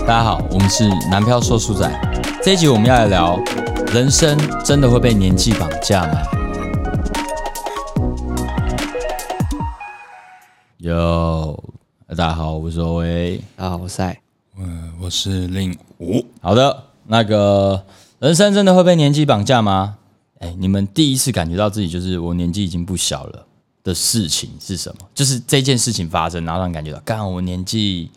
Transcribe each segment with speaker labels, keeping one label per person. Speaker 1: 大家好，我们是南漂说书仔。这一集我们要来聊，人生真的会被年纪绑架吗？哟，大家好，我是欧威。
Speaker 2: 大家啊好，我是赛。
Speaker 3: 嗯，我是令武。
Speaker 1: 好的，那个人生真的会被年纪绑架吗？哎，你们第一次感觉到自己就是我年纪已经不小了的事情是什么？就是这件事情发生，然后让你感觉到，干我年纪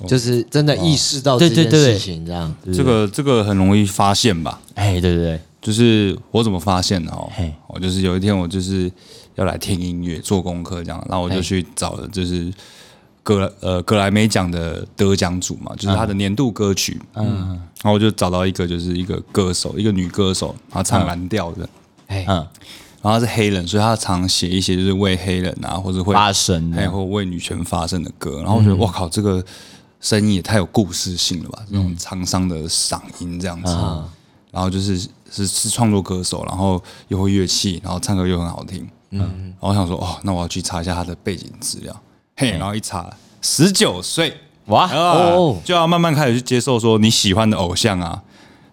Speaker 3: 哦
Speaker 2: 就是真的意识到
Speaker 1: 对哦
Speaker 2: 这
Speaker 1: 对
Speaker 2: 件
Speaker 1: 对
Speaker 2: 事情，这样
Speaker 3: 这个这个很容易发现吧？
Speaker 1: 哎，对对对，
Speaker 3: 就是我怎么发现的哦
Speaker 1: 嘿？
Speaker 3: 我就是有一天我就是要来听音乐做功课这样，然后我就去找了就是格呃格莱美奖的得奖组嘛，就是他的年度歌曲。嗯，然后我就找到一个就是一个歌手，一个女歌手，然后唱蓝调的，
Speaker 2: 哎，
Speaker 3: 啊
Speaker 1: 嗯，
Speaker 3: 然后她是黑人，所以她常写一些就是为黑人啊或者会
Speaker 1: 发生的，
Speaker 3: 还有为女权发声的歌，然后我
Speaker 1: 嗯
Speaker 3: 觉得、哇靠，这个声音也太有故事性了吧！这种沧桑的嗓音这样子，
Speaker 1: 啊
Speaker 3: 然后就是是是创作歌手，然后又会乐器，然后唱歌又很好听，嗯，然后我想说哦，那我要去查一下他的背景资料，
Speaker 1: 嗯
Speaker 3: 嘿，然后一查，十九岁
Speaker 1: 哇
Speaker 3: 啊，
Speaker 2: 哦
Speaker 3: 就要慢慢开始去接受说你喜欢的偶像啊，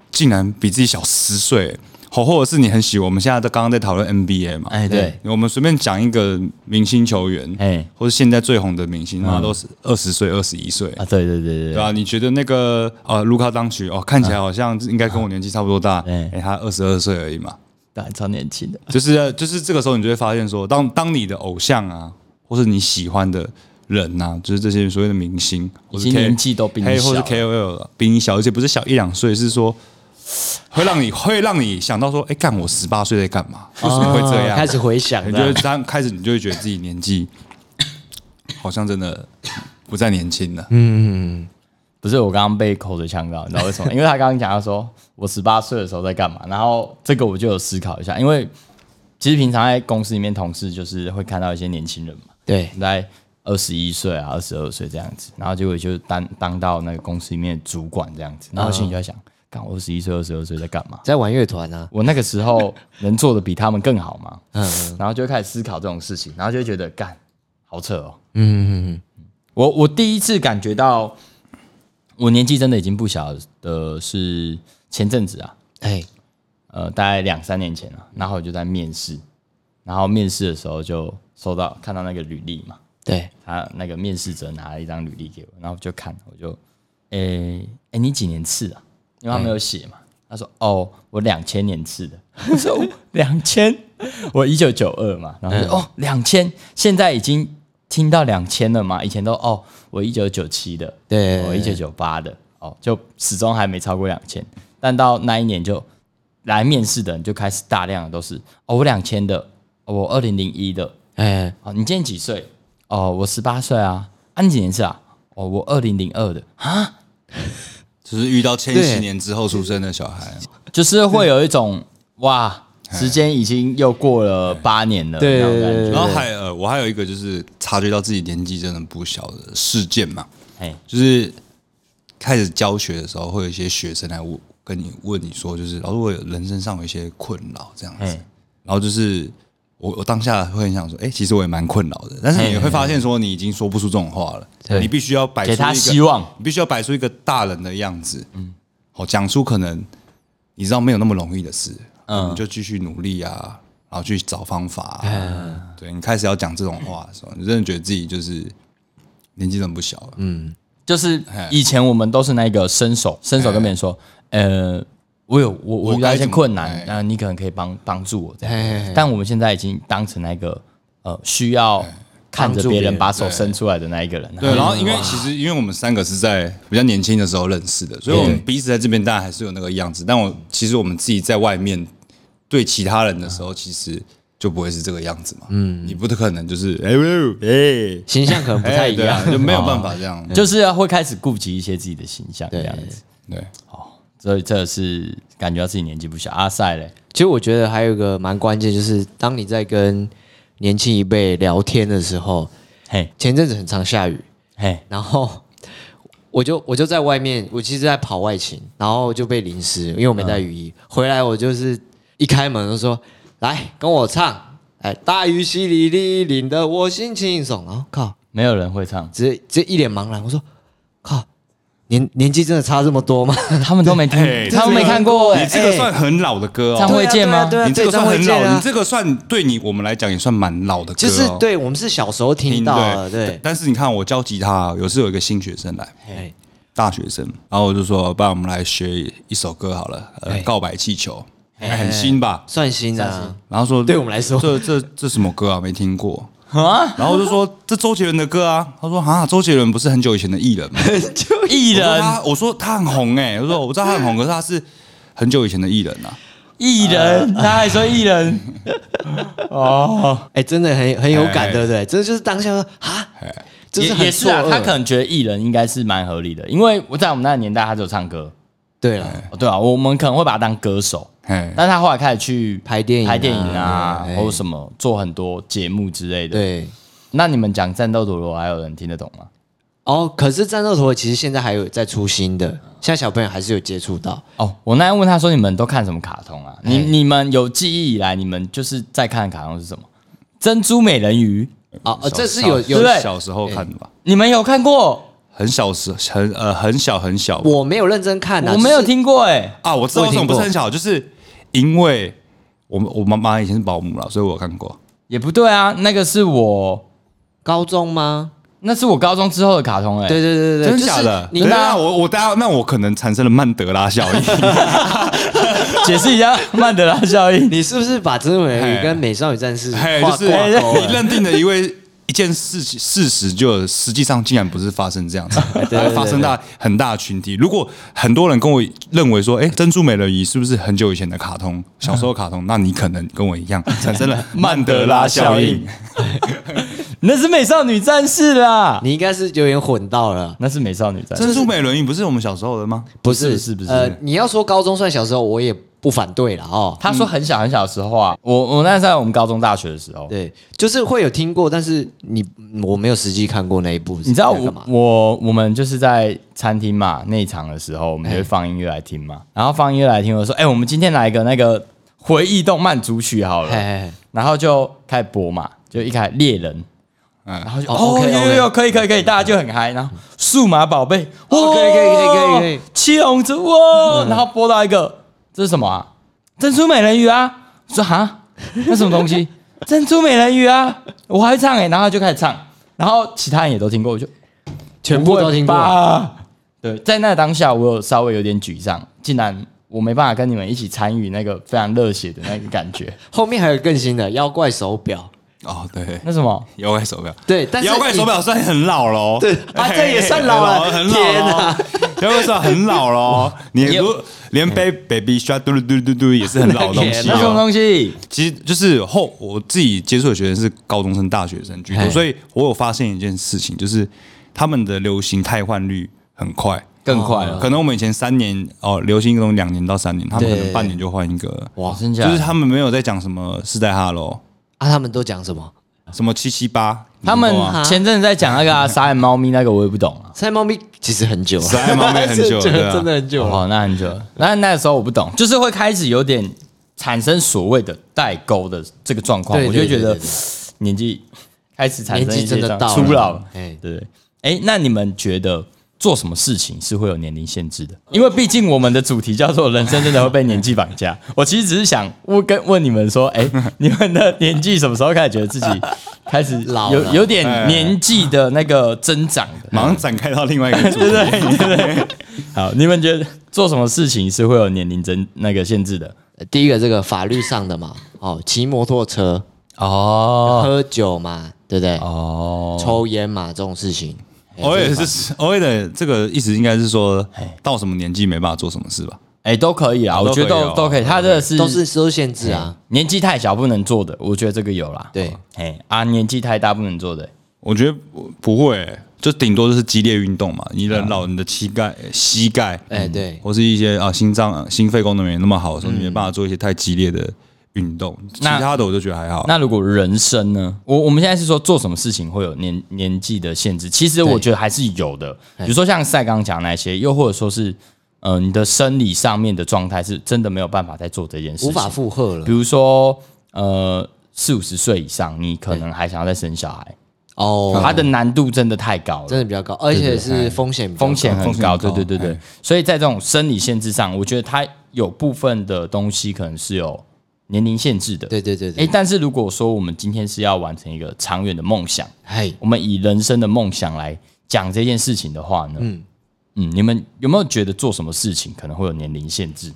Speaker 3: 竟然比自己小十岁。或或者是你很喜欢，我们现在在刚刚在讨论 NBA 嘛，
Speaker 1: 哎对，
Speaker 3: 我们随便讲一个明星球员，
Speaker 1: 哎
Speaker 3: 或是现在最红的明星，那都是二十岁、二十一岁，
Speaker 1: 嗯啊，对对对对
Speaker 3: 对
Speaker 1: 对，
Speaker 3: 啊，你觉得那个呃，卢卡当曲哦，看起来好像应该跟我年纪差不多大，
Speaker 1: 嗯对
Speaker 3: 哎、他二十二岁而已嘛，
Speaker 1: 但超年轻的，
Speaker 3: 就是就是这个时候，你就会发现说，当当你的偶像啊，或是你喜欢的人呐、就是这些所谓的明星，
Speaker 1: 已
Speaker 3: 或
Speaker 1: 经
Speaker 3: 是 K-
Speaker 1: 年纪都比你
Speaker 3: 嘿
Speaker 1: 小
Speaker 3: 或
Speaker 1: 了
Speaker 3: 是 KOL 了啊比你小，而且不是小一两岁，是说会让你会让你想到说，哎、干我十八岁在干嘛？为什么会这
Speaker 1: 哦
Speaker 3: 样？
Speaker 2: 开始回想
Speaker 3: 你
Speaker 2: 这
Speaker 3: 就会
Speaker 2: 样，
Speaker 3: 当开始，你就会觉得自己年纪好像真的不再年轻了。嗯，
Speaker 1: 不是我刚刚被口水呛到，你知道为什么？因为他刚刚讲到说我十八岁的时候在干嘛，然后这个我就有思考一下，因为其实平常在公司里面，同事就是会看到一些年轻人嘛，
Speaker 2: 对，
Speaker 1: 在二十一岁啊、二十二岁这样子，然后结果就当当到那个公司里面的主管这样子，然后心里就在想，干我二十一岁、二十二岁在干嘛？
Speaker 2: 在玩乐团啊，
Speaker 1: 我那个时候能做的比他们更好 吗？然后就会开始思考这种事情，然后就会觉得干好扯哦。嗯我我第一次感觉到我年纪真的已经不小的是前阵子啊，
Speaker 2: 哎，
Speaker 1: 呃，大概两三年前了、然后我就在面试，然后面试的时候就收到看到那个履历嘛，
Speaker 2: 对，
Speaker 1: 他那个面试者拿了一张履历给我，然后我就看，我就，诶、诶、你几年次啊？因为他没有写嘛。他说，哦，我两千年次的。 我说哦两千，我一九九二嘛。然后他说，哦，两千，现在已经听到两千了嘛？以前都哦，我一九九七的，
Speaker 2: 对
Speaker 1: 我一九九八的，哦，就始终还没超过两千。但到那一年就来面试的人就开始大量的都是，哦，我两千的，哦，我二零零一的，
Speaker 2: 哎，
Speaker 1: 哦，你今年几岁？哦，我十八岁啊。啊，你几年次啊？哦，我二零零二的，
Speaker 3: 就是遇到千
Speaker 2: 对
Speaker 3: 禧年之后出生的小孩，啊
Speaker 1: 就是会有一种哇，时间已经又过了八年了，
Speaker 2: 对
Speaker 1: 那种感
Speaker 2: 对
Speaker 1: 觉。
Speaker 2: 对
Speaker 3: 然后还呃，我还有一个就是察觉到自己年纪真的不小的事件嘛，
Speaker 1: 哎，
Speaker 3: 就是开始教学的时候，会有一些学生来问跟你问你说，就是老师，我有人生上有一些困扰这样子，
Speaker 1: 嗯
Speaker 3: 然后就是我我当下会很想说，哎、其实我也蛮困扰的，但是你会发现说你已经说不出这种话了，你必须要摆出
Speaker 1: 给
Speaker 3: 一
Speaker 1: 他
Speaker 3: 个
Speaker 1: 希望
Speaker 3: 你必须要摆出一个大人的样子，嗯，好讲出可能你知道没有那么容易的事，嗯，你就继续努力啊。然后去找方法、啊，
Speaker 1: 嗯
Speaker 3: 对你开始要讲这种话的时候，你真的觉得自己就是年纪真的不小了，
Speaker 1: 就是以前我们都是那个伸手，伸手跟别人说，呃，我有我我
Speaker 3: 我
Speaker 1: 遇到一
Speaker 3: 该
Speaker 1: 些
Speaker 3: 怎么
Speaker 1: 困难
Speaker 3: 哎，
Speaker 1: 那你可能可以帮帮助我这
Speaker 2: 哎
Speaker 1: 样。但我们现在已经当成那个呃需要看着
Speaker 2: 帮助
Speaker 1: 别
Speaker 2: 别
Speaker 1: 人
Speaker 2: 人
Speaker 1: 把手伸出来的那一个人。
Speaker 2: 哎
Speaker 3: 对，然后因为其实因为我们三个是在比较年轻的时候认识的，所以我们彼此在这边当然还是有那个样子，但我其实我们自己在外面对其他人的时候，其实就不会是这个样子嘛。嗯，你不可能就是哎喂
Speaker 2: 形象可能不
Speaker 3: 哎
Speaker 2: 太
Speaker 3: 哎，
Speaker 2: 一
Speaker 3: 对
Speaker 2: 样
Speaker 3: 啊，，就没有办法这样。
Speaker 1: 就是会开始顾及一些自己的形象这
Speaker 2: 对
Speaker 1: 样子。
Speaker 3: 对，
Speaker 1: 所以这是感觉到自己年纪不小。阿塞嘞，
Speaker 2: 其实我觉得还有一个蛮关键，就是当你在跟年轻一辈聊天的时候，
Speaker 1: 嘿
Speaker 2: 前阵子很常下雨，
Speaker 1: 嘿，
Speaker 2: 然后我就我就在外面，我其实在跑外勤，然后就被淋湿，因为我没带雨衣。回来我就是一开门就说：“来跟我唱，哎，大雨淅沥沥淋的我心情爽。”然后靠，
Speaker 1: 没有人会唱，
Speaker 2: 直接直接一脸茫然，我说：“靠，年年纪真的差这么多吗？
Speaker 1: 他们都没听
Speaker 3: 哎，
Speaker 1: 他们没看过哎
Speaker 3: 你这个
Speaker 1: 哎
Speaker 3: 算很老的歌
Speaker 1: 张
Speaker 3: 哦，
Speaker 1: 惠健吗？
Speaker 2: 对啊对啊对啊
Speaker 3: 你这个算很
Speaker 2: 对张惠
Speaker 3: 老，
Speaker 2: 健啊
Speaker 3: 你这个算对你我们来讲也算蛮老的歌 哦，
Speaker 2: 就是对我们是小时候听到的，
Speaker 3: 但
Speaker 2: 对，
Speaker 3: 但是你看我教吉他，哦有时有一个新学生来，
Speaker 2: 哎，
Speaker 3: 大学生，然后我就说，不然我们来学一首歌好了，呃，
Speaker 2: 哎
Speaker 3: 告白气球》哎，很新吧？
Speaker 2: 算新的啊，
Speaker 3: 然后说，
Speaker 2: 对我们来说
Speaker 3: 这这这什么歌啊？没听过。
Speaker 1: 啊，
Speaker 3: 然后我就说， 这周杰伦的歌啊。他说，啊，周杰伦不是很久以前的艺人 吗？
Speaker 1: 艺
Speaker 3: 我说
Speaker 1: 人
Speaker 3: 他，我说他很红哎、我说我知道他很红，可是他是很久以前的艺人啊。
Speaker 1: 艺人，
Speaker 2: 呃
Speaker 1: 他还说艺人哦，
Speaker 2: 哎，真的很很有感，
Speaker 3: 哎
Speaker 2: 对不对？这就是当下说啊， 这
Speaker 1: 也
Speaker 2: 是很
Speaker 1: 也是啊，
Speaker 2: 错愕
Speaker 1: 他可能觉得艺人应该是蛮合理的，因为我在我们那个年代，他只有唱歌，
Speaker 2: 对了，
Speaker 1: 哦对啊，我们可能会把他当歌手，
Speaker 3: 哎，
Speaker 1: 但是他后来开始去
Speaker 2: 拍电影啊
Speaker 1: 拍电影啊，
Speaker 2: 哎
Speaker 1: 或者什么做很多节目之类的。，
Speaker 2: 对。
Speaker 1: 那你们讲战斗陀螺，还有人听得懂吗？
Speaker 2: 哦，可是战斗陀螺其实现在还有在出新的，现在小朋友还是有接触到。
Speaker 1: 哦，我那天问他说：“你们都看什么卡通
Speaker 2: 哎
Speaker 1: 啊？你你们有记忆以来，你们就是在看的卡通是什么？珍珠美人鱼，
Speaker 2: 哦，呃
Speaker 3: 小
Speaker 2: 这是
Speaker 3: 小
Speaker 2: 有有
Speaker 1: 对不对
Speaker 3: 小时候看的吧，
Speaker 1: 你们有看过？
Speaker 3: 很小时很呃很小很小
Speaker 2: 我没有认真看啊，
Speaker 1: 我没有
Speaker 2: 就是
Speaker 1: 听过哎、
Speaker 3: 啊，我知道
Speaker 2: 我
Speaker 3: 为
Speaker 2: 也
Speaker 3: 什
Speaker 2: 听
Speaker 3: 么不
Speaker 2: 过
Speaker 3: 是很小，就是因为我们我妈妈以前是保姆了，所以我有看过。
Speaker 1: 也不对啊，那个是我，
Speaker 2: 高中吗？
Speaker 1: 那是我高中之后的卡通哎、
Speaker 2: 对对对对，
Speaker 3: 真
Speaker 2: 就是
Speaker 3: 假的？
Speaker 2: 你
Speaker 3: 等一
Speaker 1: 啊
Speaker 2: 那
Speaker 3: 下我我等一下那我可能产生了曼德拉效 应，
Speaker 1: 解释一下曼德拉效应。
Speaker 2: 你是不是把《珍珠美人鱼
Speaker 3: 嘿》
Speaker 2: 跟《美少女战士》
Speaker 3: 嘿，
Speaker 2: 画
Speaker 3: 就是
Speaker 2: 挂钩
Speaker 3: 你
Speaker 2: 了？
Speaker 3: 认定了一位一件事情事实，就实际上竟然不是发生这样子，
Speaker 2: 哎 对
Speaker 3: 还发生大很大的群体。如果很多人跟我认为说，哎，珍珠美人鱼是不是很久以前的卡通，小时候的卡通？那你可能跟我一样产生 了曼德拉效应。
Speaker 1: 那是美少女战士啦，
Speaker 2: 你应该是有点混到了，
Speaker 1: 那是美少女战
Speaker 3: 珍
Speaker 1: 士。
Speaker 3: 珠美人鱼不是我们小时候的吗？
Speaker 2: 不
Speaker 1: 是
Speaker 2: 是
Speaker 1: 不是不是
Speaker 2: 呃，你要说高中算小时候，我也不反对了哦。
Speaker 1: 他说很小很小的时候啊，我我那是在我们高中大学的时候，
Speaker 2: 对，就是会有听过，但是你我没有实际看过那一部。
Speaker 1: 你知道
Speaker 2: 在干
Speaker 1: 我
Speaker 2: 嘛？
Speaker 1: 我我们就是在餐厅嘛内场的时候，我们就会放音乐来听嘛，然后放音乐来听，我说哎、我们今天来一个那个回忆动漫主曲好
Speaker 2: 嘿
Speaker 1: 了，
Speaker 2: 嘿嘿
Speaker 1: 然后就开始播嘛，就一开始猎人。
Speaker 3: 嗯
Speaker 1: 然后就
Speaker 2: 哦
Speaker 1: 哦，有
Speaker 2: OK，OK
Speaker 1: 有有，可以可以可以，大家就很嗨。然后数码宝贝，
Speaker 2: 哦可以可以可以可以
Speaker 1: 哇
Speaker 2: 可以嗯
Speaker 1: 七龙珠哇，然后播到一个这是什么啊？珍珠美人鱼啊！我说哈，那什么东西？ 珍珠美人鱼啊！我还会唱哎，然后就开始唱，然后其他人也都听过，我就
Speaker 2: 全部都听过
Speaker 1: 不会。
Speaker 2: 啊
Speaker 1: 吧对，在那当下，我有稍微有点沮丧，竟然我没办法跟你们一起参与那个非常热血的那个感觉。
Speaker 2: 后面还有更新的妖怪手表，
Speaker 3: 哦，对，
Speaker 1: 那什么？
Speaker 3: 妖怪手表。
Speaker 2: 对，但是
Speaker 3: 妖怪手表算很老喽，
Speaker 2: 对啊这也算老了
Speaker 3: 哦很老
Speaker 2: 天
Speaker 3: 了
Speaker 2: 哪。
Speaker 3: 妖怪手表很 老喽，你如连 Baby Baby Shark 嘟噜嘟噜嘟嘟也是很老的东西
Speaker 1: 那什么
Speaker 3: 哦。
Speaker 1: 东西？
Speaker 3: 其实就是后我自己接触的学生是高中生、大学生居多，
Speaker 2: 嘿
Speaker 3: 所以我有发现一件事情，就是他们的流行汰换率很快。
Speaker 1: 更快了，
Speaker 3: 可能我们以前三年哦，流行一个东西两年到三年，他们可能
Speaker 2: 哎对
Speaker 3: 半年就换一个，
Speaker 1: 哇，真假
Speaker 3: 就
Speaker 1: 的？
Speaker 3: 是他们没有在讲什么世代哈喽，
Speaker 2: 啊，他们都讲什么？
Speaker 3: 什么七七八，
Speaker 1: 他们
Speaker 2: 啊
Speaker 1: 前阵子在讲那个、 啊、傻眼猫咪那个，我也不懂啊。
Speaker 2: 赛猫咪其实很久，
Speaker 3: 在猫咪很 久，
Speaker 2: 真
Speaker 3: 对
Speaker 2: 的
Speaker 3: 啊
Speaker 2: 真的很久了。
Speaker 1: 哦，那很久了，那那时候我不懂，就是会开始有点产生所谓的代沟的这个状况，
Speaker 2: 对
Speaker 1: 我就
Speaker 2: 对
Speaker 1: 觉
Speaker 2: 对
Speaker 1: 得
Speaker 2: 对对
Speaker 1: 年纪开始产生
Speaker 2: 年纪
Speaker 1: 一些
Speaker 2: 真的
Speaker 1: 这样
Speaker 2: 到
Speaker 1: 初
Speaker 2: 了
Speaker 1: 老，哎
Speaker 2: 哎，
Speaker 1: 对，哎，那你们觉得做什么事情是会有年龄限制的？因为毕竟我们的主题叫做“人生真的会被年纪绑架”， 我其实只是想问跟问你们说，哎， 你们的年纪什么时候开始觉得自己 开始
Speaker 2: 老
Speaker 1: 有
Speaker 2: 了
Speaker 1: 有点年纪的那个增长的？
Speaker 3: 马上展开到另外一个主题。
Speaker 1: 好，你们觉得做什么事情是会有年龄增那个限制的？
Speaker 2: 呃第一个这个法律上的嘛，哦，骑摩托车、
Speaker 1: 哦
Speaker 2: 喝酒嘛，对不对？
Speaker 1: 哦，
Speaker 2: 抽烟嘛，这种事情。哎
Speaker 3: 我也
Speaker 2: 这个
Speaker 3: 是，我也的这个意思应该是说，到什么年纪没办法做什么事吧？
Speaker 1: 哎、都可以啊，
Speaker 3: 哦
Speaker 1: 我觉得
Speaker 3: 都可以
Speaker 1: 都
Speaker 3: 哦
Speaker 1: 都可以。他这个是
Speaker 2: 都是受限制啊。
Speaker 1: 年纪太小不能做的，我觉得这个有啦。
Speaker 2: 对，
Speaker 1: 哎啊，年纪太大不能做的，
Speaker 3: 我觉得不不会、就顶多就是激烈运动嘛。你
Speaker 2: 嗯
Speaker 3: 人老，你的膝盖、膝盖，
Speaker 2: 哎，
Speaker 1: 嗯
Speaker 2: 对，
Speaker 3: 或是一些啊心脏、心肺功能没那么好的时候，
Speaker 2: 嗯
Speaker 3: 你没办法做一些太激烈的运动。其
Speaker 1: 那
Speaker 3: 他的我就觉得
Speaker 2: 哦
Speaker 3: 还好。
Speaker 1: 那如果人生呢？我我们现在是说做什么事情会有年年纪的限制，其实我觉得还是有的。比如说像赛刚讲那些，又或者说是呃你的生理上面的状态是真的没有办法再做这件事情，
Speaker 2: 无法负荷了
Speaker 1: 比。如说，呃，四五十岁以上，你可能还想要再生小孩，
Speaker 2: 哦，
Speaker 1: 它的难度真的太高了
Speaker 2: 真。的比较高，而且是风险比较高
Speaker 1: 哎风险很高，
Speaker 3: 风险很高
Speaker 1: 对对对对
Speaker 3: 哎。
Speaker 1: 所以在这种生理限制上，我觉得它有部分的东西可能是有年龄限制的。
Speaker 2: 对对对
Speaker 1: 哎，
Speaker 2: 对，
Speaker 1: 但是如果说我们今天是要完成一个长远的梦想，
Speaker 2: 嘿，
Speaker 1: 我们以人生的梦想来讲这件事情的话呢，嗯你们有没有觉得做什么事情可能会有年龄限制？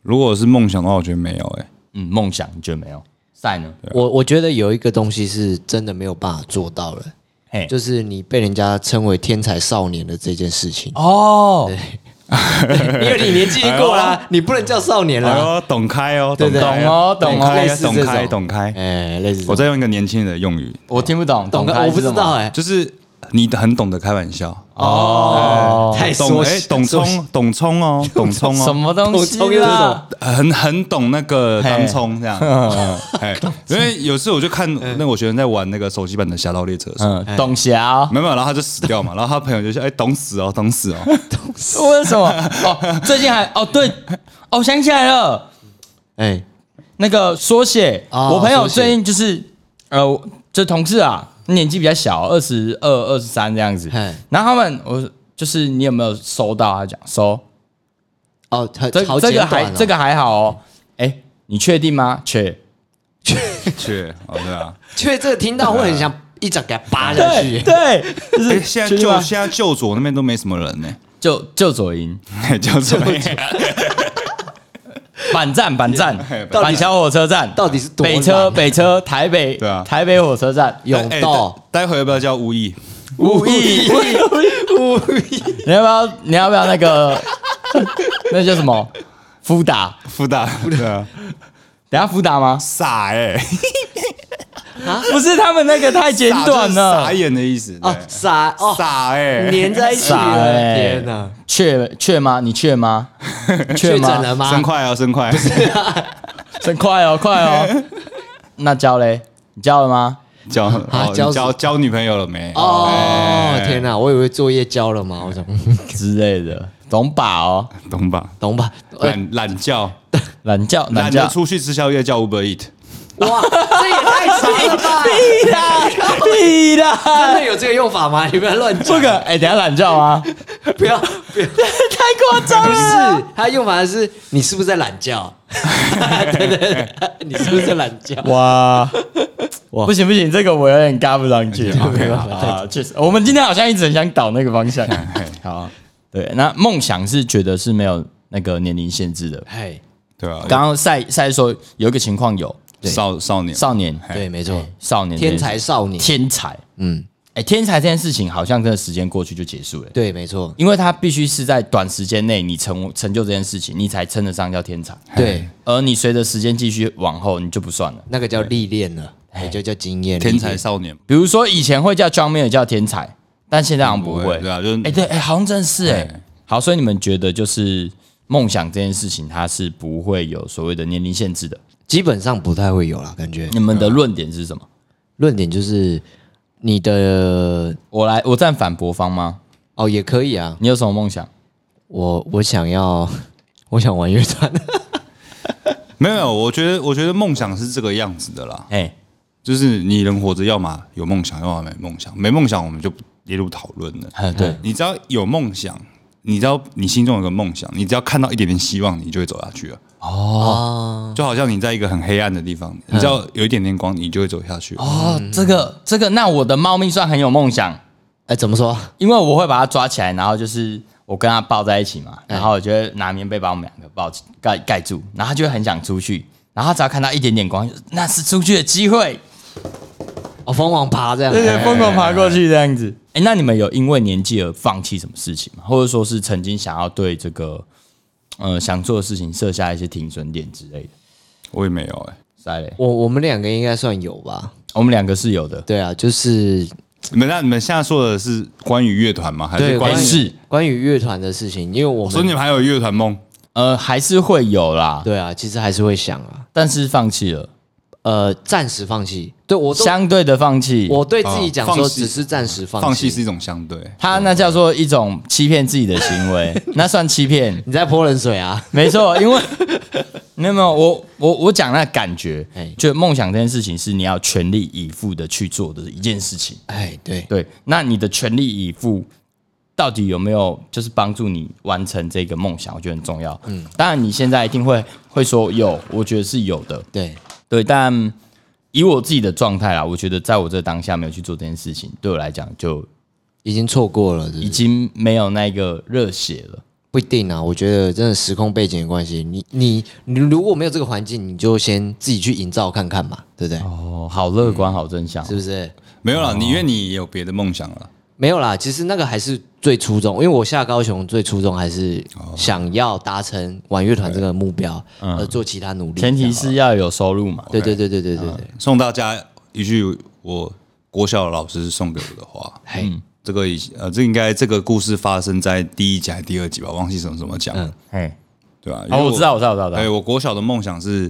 Speaker 3: 如果是梦想的话，我觉得没有哎、
Speaker 1: 嗯，梦想你觉得没有？赛呢？
Speaker 2: 我我觉得有一个东西是真的没有办法做到了，
Speaker 1: 嘿，
Speaker 2: 就是你被人家称为天才少年的这件事情，
Speaker 1: 哦，
Speaker 2: 因为你年纪已经过
Speaker 1: 哎
Speaker 2: 啦，你不能叫少年
Speaker 3: 哎
Speaker 2: 了，
Speaker 3: 呦，懂开哦，
Speaker 2: 啊对不对？
Speaker 3: 开
Speaker 1: 懂哦懂哦
Speaker 3: 开
Speaker 2: 类似
Speaker 3: 懂
Speaker 2: 这
Speaker 3: 开，
Speaker 2: 种，
Speaker 3: 懂开。
Speaker 2: 哎，类似这
Speaker 3: 我
Speaker 2: 种，
Speaker 3: 再用一个年轻人的用语，
Speaker 1: 我听不懂，
Speaker 2: 懂
Speaker 1: 开
Speaker 2: 的，我
Speaker 1: 是
Speaker 2: 不知
Speaker 1: 什么
Speaker 2: 道哎，
Speaker 3: 就是你很懂得开玩笑，
Speaker 1: 哦，
Speaker 2: 太
Speaker 3: 懂
Speaker 2: 缩
Speaker 3: 哎，
Speaker 2: 小
Speaker 3: 懂
Speaker 2: 缩小
Speaker 3: 冲，懂冲 哦，懂
Speaker 2: 哎
Speaker 3: 冲
Speaker 1: 什
Speaker 3: 哦，
Speaker 1: 么东西啊
Speaker 2: 懂懂又是什
Speaker 1: 啦
Speaker 2: 么？
Speaker 3: 很很懂那个当冲 这样。哎，因为有时候我就看那我学生在玩那个手机版的《侠盗猎车手》，
Speaker 2: 哎
Speaker 1: 嗯，董霞，
Speaker 3: 没有，没有然后他就死掉嘛，然 后他朋友就说：“哎，懂死哦，懂死 哦。
Speaker 1: 为什么？哦，最近还哦对，哦我想起来了，
Speaker 2: 哎，
Speaker 1: 那个缩写，
Speaker 2: 哦
Speaker 1: 我朋友
Speaker 2: 缩写
Speaker 1: 最近就是呃，就同事啊，年纪比较小，二十二、二十三这样子
Speaker 2: 嘿。
Speaker 1: 然后他们，我就是你有没有收到？他讲收，
Speaker 2: 哦，很
Speaker 1: 这
Speaker 2: 好
Speaker 1: 这
Speaker 2: 简
Speaker 1: 个
Speaker 2: 短
Speaker 1: 还
Speaker 2: 哦
Speaker 1: 这个还好哦。哎，你确定吗？确。”
Speaker 3: 确哦，对 啊。
Speaker 2: 确这个听到会很想一掌给他扒下
Speaker 1: 对
Speaker 2: 去，
Speaker 1: 对，就
Speaker 3: 哎，
Speaker 1: 是
Speaker 3: 现在
Speaker 1: 确定
Speaker 3: 就
Speaker 1: 吗
Speaker 3: 现在就左那边都没什么人呢，
Speaker 1: 就就左营，
Speaker 3: 哎就左那边
Speaker 1: 板站板 站，
Speaker 2: 到底
Speaker 1: 板桥火车站，
Speaker 2: 到底是多
Speaker 1: 北
Speaker 2: 懒
Speaker 1: 车
Speaker 2: 啊
Speaker 1: 北车台北
Speaker 3: 对啊
Speaker 1: 台北火车站
Speaker 2: 有
Speaker 3: 哎
Speaker 2: 道
Speaker 3: 待待会要不要叫吴意？
Speaker 1: 五亿，
Speaker 2: 故意
Speaker 1: 你要不要？你要不要那个？ 那叫什么？福达？
Speaker 3: 复 大，对啊，
Speaker 1: 等下福达吗？
Speaker 3: 傻哎，
Speaker 1: 不是，他们那个太简
Speaker 3: 傻就
Speaker 1: 短
Speaker 3: 是
Speaker 1: 了
Speaker 3: 傻。眼的意思。
Speaker 2: 哦
Speaker 3: 对，
Speaker 2: 傻哦
Speaker 3: 傻哎，
Speaker 2: 粘在一起
Speaker 1: 傻
Speaker 2: 了，
Speaker 1: 欸
Speaker 2: 天哪！
Speaker 1: 确确吗？你确 吗？确
Speaker 2: 确诊
Speaker 1: 吗？
Speaker 2: 了吗？
Speaker 3: 生快哦，生快。
Speaker 1: 真快哦，快 哦！那交嘞？你交了吗？
Speaker 3: 交
Speaker 2: 啊
Speaker 3: 哦
Speaker 2: 交
Speaker 3: 交
Speaker 2: 什
Speaker 3: 交女朋友了没？
Speaker 2: 哦，
Speaker 1: 哎
Speaker 2: 天哪！我以为作业交了嘛，我想嗯
Speaker 1: 之类的，懂把哦，
Speaker 3: 懂吧？
Speaker 2: 懂吧？哎
Speaker 3: 懒懒觉，
Speaker 1: 懒觉
Speaker 3: 懒
Speaker 1: 懒觉
Speaker 3: 得。出去吃宵夜叫 Uber Eat，
Speaker 2: 哇，这也太长了吧！
Speaker 1: 屁啦屁啦！
Speaker 2: 真的有这个用法吗？你不要乱
Speaker 1: 这
Speaker 2: 讲，
Speaker 1: 个哎，等下懒觉吗？
Speaker 2: 不要不 要！
Speaker 1: 太夸张
Speaker 2: 不！是，他用法是你是不是在懒觉？对对对， 你是不是在懒觉？
Speaker 1: 哇哇！不行不行，这个我有点嘎不上去。
Speaker 2: 没办法
Speaker 1: 啊，确实，我们今天好像一直很想导那个方 向。好，对，那梦想是觉得是没有那个年龄限制的。
Speaker 2: 哎，
Speaker 3: 对吧？
Speaker 1: 刚刚赛赛说有一个情况有
Speaker 3: 少少年
Speaker 1: 少年
Speaker 2: 对，没错，
Speaker 1: 少年
Speaker 2: 天才少年，
Speaker 1: 哎天才，
Speaker 2: 嗯，
Speaker 1: 哎，天才这件事情好像真的时间过去就结束了，
Speaker 2: 对，没错，
Speaker 1: 因为他必须是在短时间内你成成就这件事情，你才称得上叫天才。
Speaker 2: 对，
Speaker 1: 而你随着时间继续往后，你就不算了。
Speaker 2: 那个叫历练了，也就叫经验。
Speaker 3: 天
Speaker 2: 历
Speaker 3: 才
Speaker 2: 练
Speaker 3: 少年，
Speaker 1: 比如说以前会叫 John Mayer 叫天才，但现在好像不
Speaker 3: 不
Speaker 1: 会
Speaker 3: 会。对啊就是
Speaker 1: 哎、对，哎、好像真是哎、
Speaker 3: 哎
Speaker 1: 好，所以你们觉得就是梦想这件事情，它是不会有所谓的年龄限制的。
Speaker 2: 基本上不太会有啦，感觉
Speaker 1: 你们的论点是什么？
Speaker 2: 论点就是你的
Speaker 1: 我来，我站反驳方吗？
Speaker 2: 哦，也可以啊。
Speaker 1: 你有什么梦想？
Speaker 2: 我我想要， 我想玩乐团。
Speaker 3: 没有没有，我觉得我觉得梦想是这个样子的啦，
Speaker 1: 哎、
Speaker 3: 就是你人活着，要么有梦想，要么没梦想，没梦想我们就不列入讨论了。
Speaker 1: 哎对，
Speaker 3: 你只要有梦想，你知道你心中有个梦想，你只要看到一点点希望，你就会走下去了。
Speaker 2: 哦，
Speaker 3: 就好像你在一个很黑暗的地方，你只要有一点点光，你就会走下去。
Speaker 1: 哦，这个这个，那我的猫咪算很有梦想，
Speaker 2: 哎，怎么说？
Speaker 1: 因为我会把它抓起来，然后就是我跟它抱在一起嘛，然后我就会拿棉被把我们两个抱起盖盖住，然后它就会很想出去，然后它只要看到一点点光，就那是出去的机会，
Speaker 2: 哦，疯狂爬这样。哎
Speaker 1: 对对，疯狂爬过去这样子。哎、那你们有因为年纪而放弃什么事情吗？或者说是曾经想要对这个呃想做的事情设下一些停损点之类的？
Speaker 3: 我也没有哎、
Speaker 1: 塞嘞，
Speaker 2: 我我们两个应该算有吧？
Speaker 1: 我们两个是有的，
Speaker 2: 对啊，就是
Speaker 3: 你们那你们现在说的是关于乐团吗？还是
Speaker 2: 对
Speaker 3: 关
Speaker 1: 还
Speaker 3: 于？
Speaker 1: 是
Speaker 2: 关于乐团的事情，因为我
Speaker 3: 所以你
Speaker 2: 们
Speaker 3: 们还有乐团梦？
Speaker 1: 呃还是会有啦，
Speaker 2: 对啊，其实还是会想啊。
Speaker 1: 但是放弃了。
Speaker 2: 呃暂时放弃。对我都
Speaker 1: 相对的放弃，
Speaker 2: 我对自己讲说
Speaker 3: 哦放弃
Speaker 2: 只是暂时放
Speaker 3: 放弃是一种相对，
Speaker 1: 他那叫做一种欺骗自己的行为， 那算欺骗，
Speaker 2: 你在泼冷水啊？
Speaker 1: 没错。 因为没有没有，我我我讲那感觉
Speaker 2: 哎，
Speaker 1: 就梦想这件事情是你要全力以赴的去做的一件事情。
Speaker 2: 哎，对，
Speaker 1: 对，那你的全力以赴到底有没有就是帮助你完成这个梦想？我觉得很重要。嗯，当然你现在一定会会说有，我觉得是有的。
Speaker 2: 对，
Speaker 1: 对，但以我自己的状态啦，我觉得在我这当下没有去做这件事情，对我来讲就
Speaker 2: 已经错过了，是不是
Speaker 1: 已经没有那个热血了。
Speaker 2: 不一定啊。我觉得真的时空背景的关系，你你你如果没有这个环境，你就先自己去营造看看嘛，对不对？
Speaker 1: 哦，好乐观，好正向
Speaker 2: 是。不是？
Speaker 3: 没有啦，你因为你也有别的梦想了，
Speaker 2: 没有啦，其实那个还是最初衷，因为我下高雄最初衷还是想要达成玩乐团这个目标，而做其他努力。
Speaker 1: 前提
Speaker 2: 这样啊
Speaker 1: 是要有收入嘛。
Speaker 2: 对对对对对对对，
Speaker 3: 送大家一句我国小老师送给我的话，
Speaker 2: 嘿，
Speaker 3: 这个以呃，这应该这个故事发生在第一集还是第二集吧，忘记什么什么奖，了，
Speaker 1: 哎，
Speaker 3: 对吧？因为
Speaker 1: 哦，我知道，我知道，我知道我知
Speaker 3: 哎，
Speaker 1: 道。
Speaker 3: 我国小的梦想是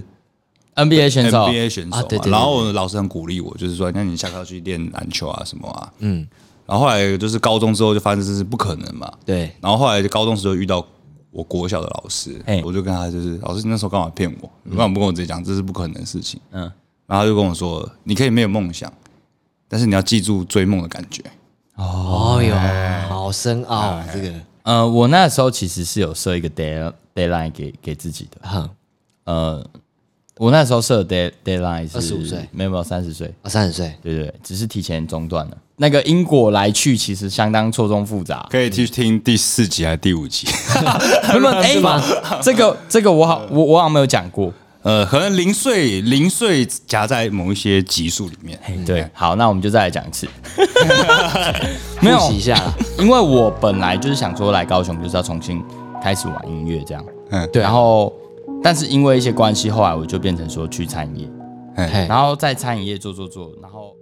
Speaker 1: NBA 选手，
Speaker 3: NBA 选手嘛
Speaker 2: 啊对对对
Speaker 3: 然后我老师很鼓励我，就是说，那你下课要去练篮球啊什么啊，嗯。然后后来就是高中之后就发现这是不可能嘛，
Speaker 2: 对，
Speaker 3: 然后后来就高中时候遇到我国小的老师
Speaker 1: 嘿，
Speaker 3: 我就跟他就是老师那时候干嘛骗我？你干嘛不跟我直接讲？这是不可能的事情。嗯，然后他就跟我说，你可以没有梦想，但是你要记住追梦的感觉。
Speaker 2: 哦哟，好深奥啊这个，
Speaker 1: 呃，我那时候其实是有设一个 dead deadline 给给自己的。
Speaker 2: 哈，
Speaker 1: 呃，我那时候设的 dead deadline 是
Speaker 2: 25岁
Speaker 1: 没有没有三十岁，
Speaker 2: 三十岁，
Speaker 1: 对对对，只是提前中断了。那个因果来去其实相当错综复 杂。
Speaker 3: 可以去听第四集还是第五集？
Speaker 1: 那么哎，这个这个我好我我好像没有讲过。
Speaker 3: 呃，可能零碎零碎夹在某一些集数里面。
Speaker 2: 嗯
Speaker 1: 对，好，那我们就再来讲一 次。没有
Speaker 2: 复，习一下啦，
Speaker 1: 因为我本来就是想说来高雄就是要重新开始玩音乐这样，
Speaker 3: 嗯，
Speaker 2: 对啊
Speaker 1: 然后但是因为一些关系，后来我就变成说去餐饮业，
Speaker 3: 嗯
Speaker 2: 嘿，
Speaker 1: 然后在餐饮业做做做，然后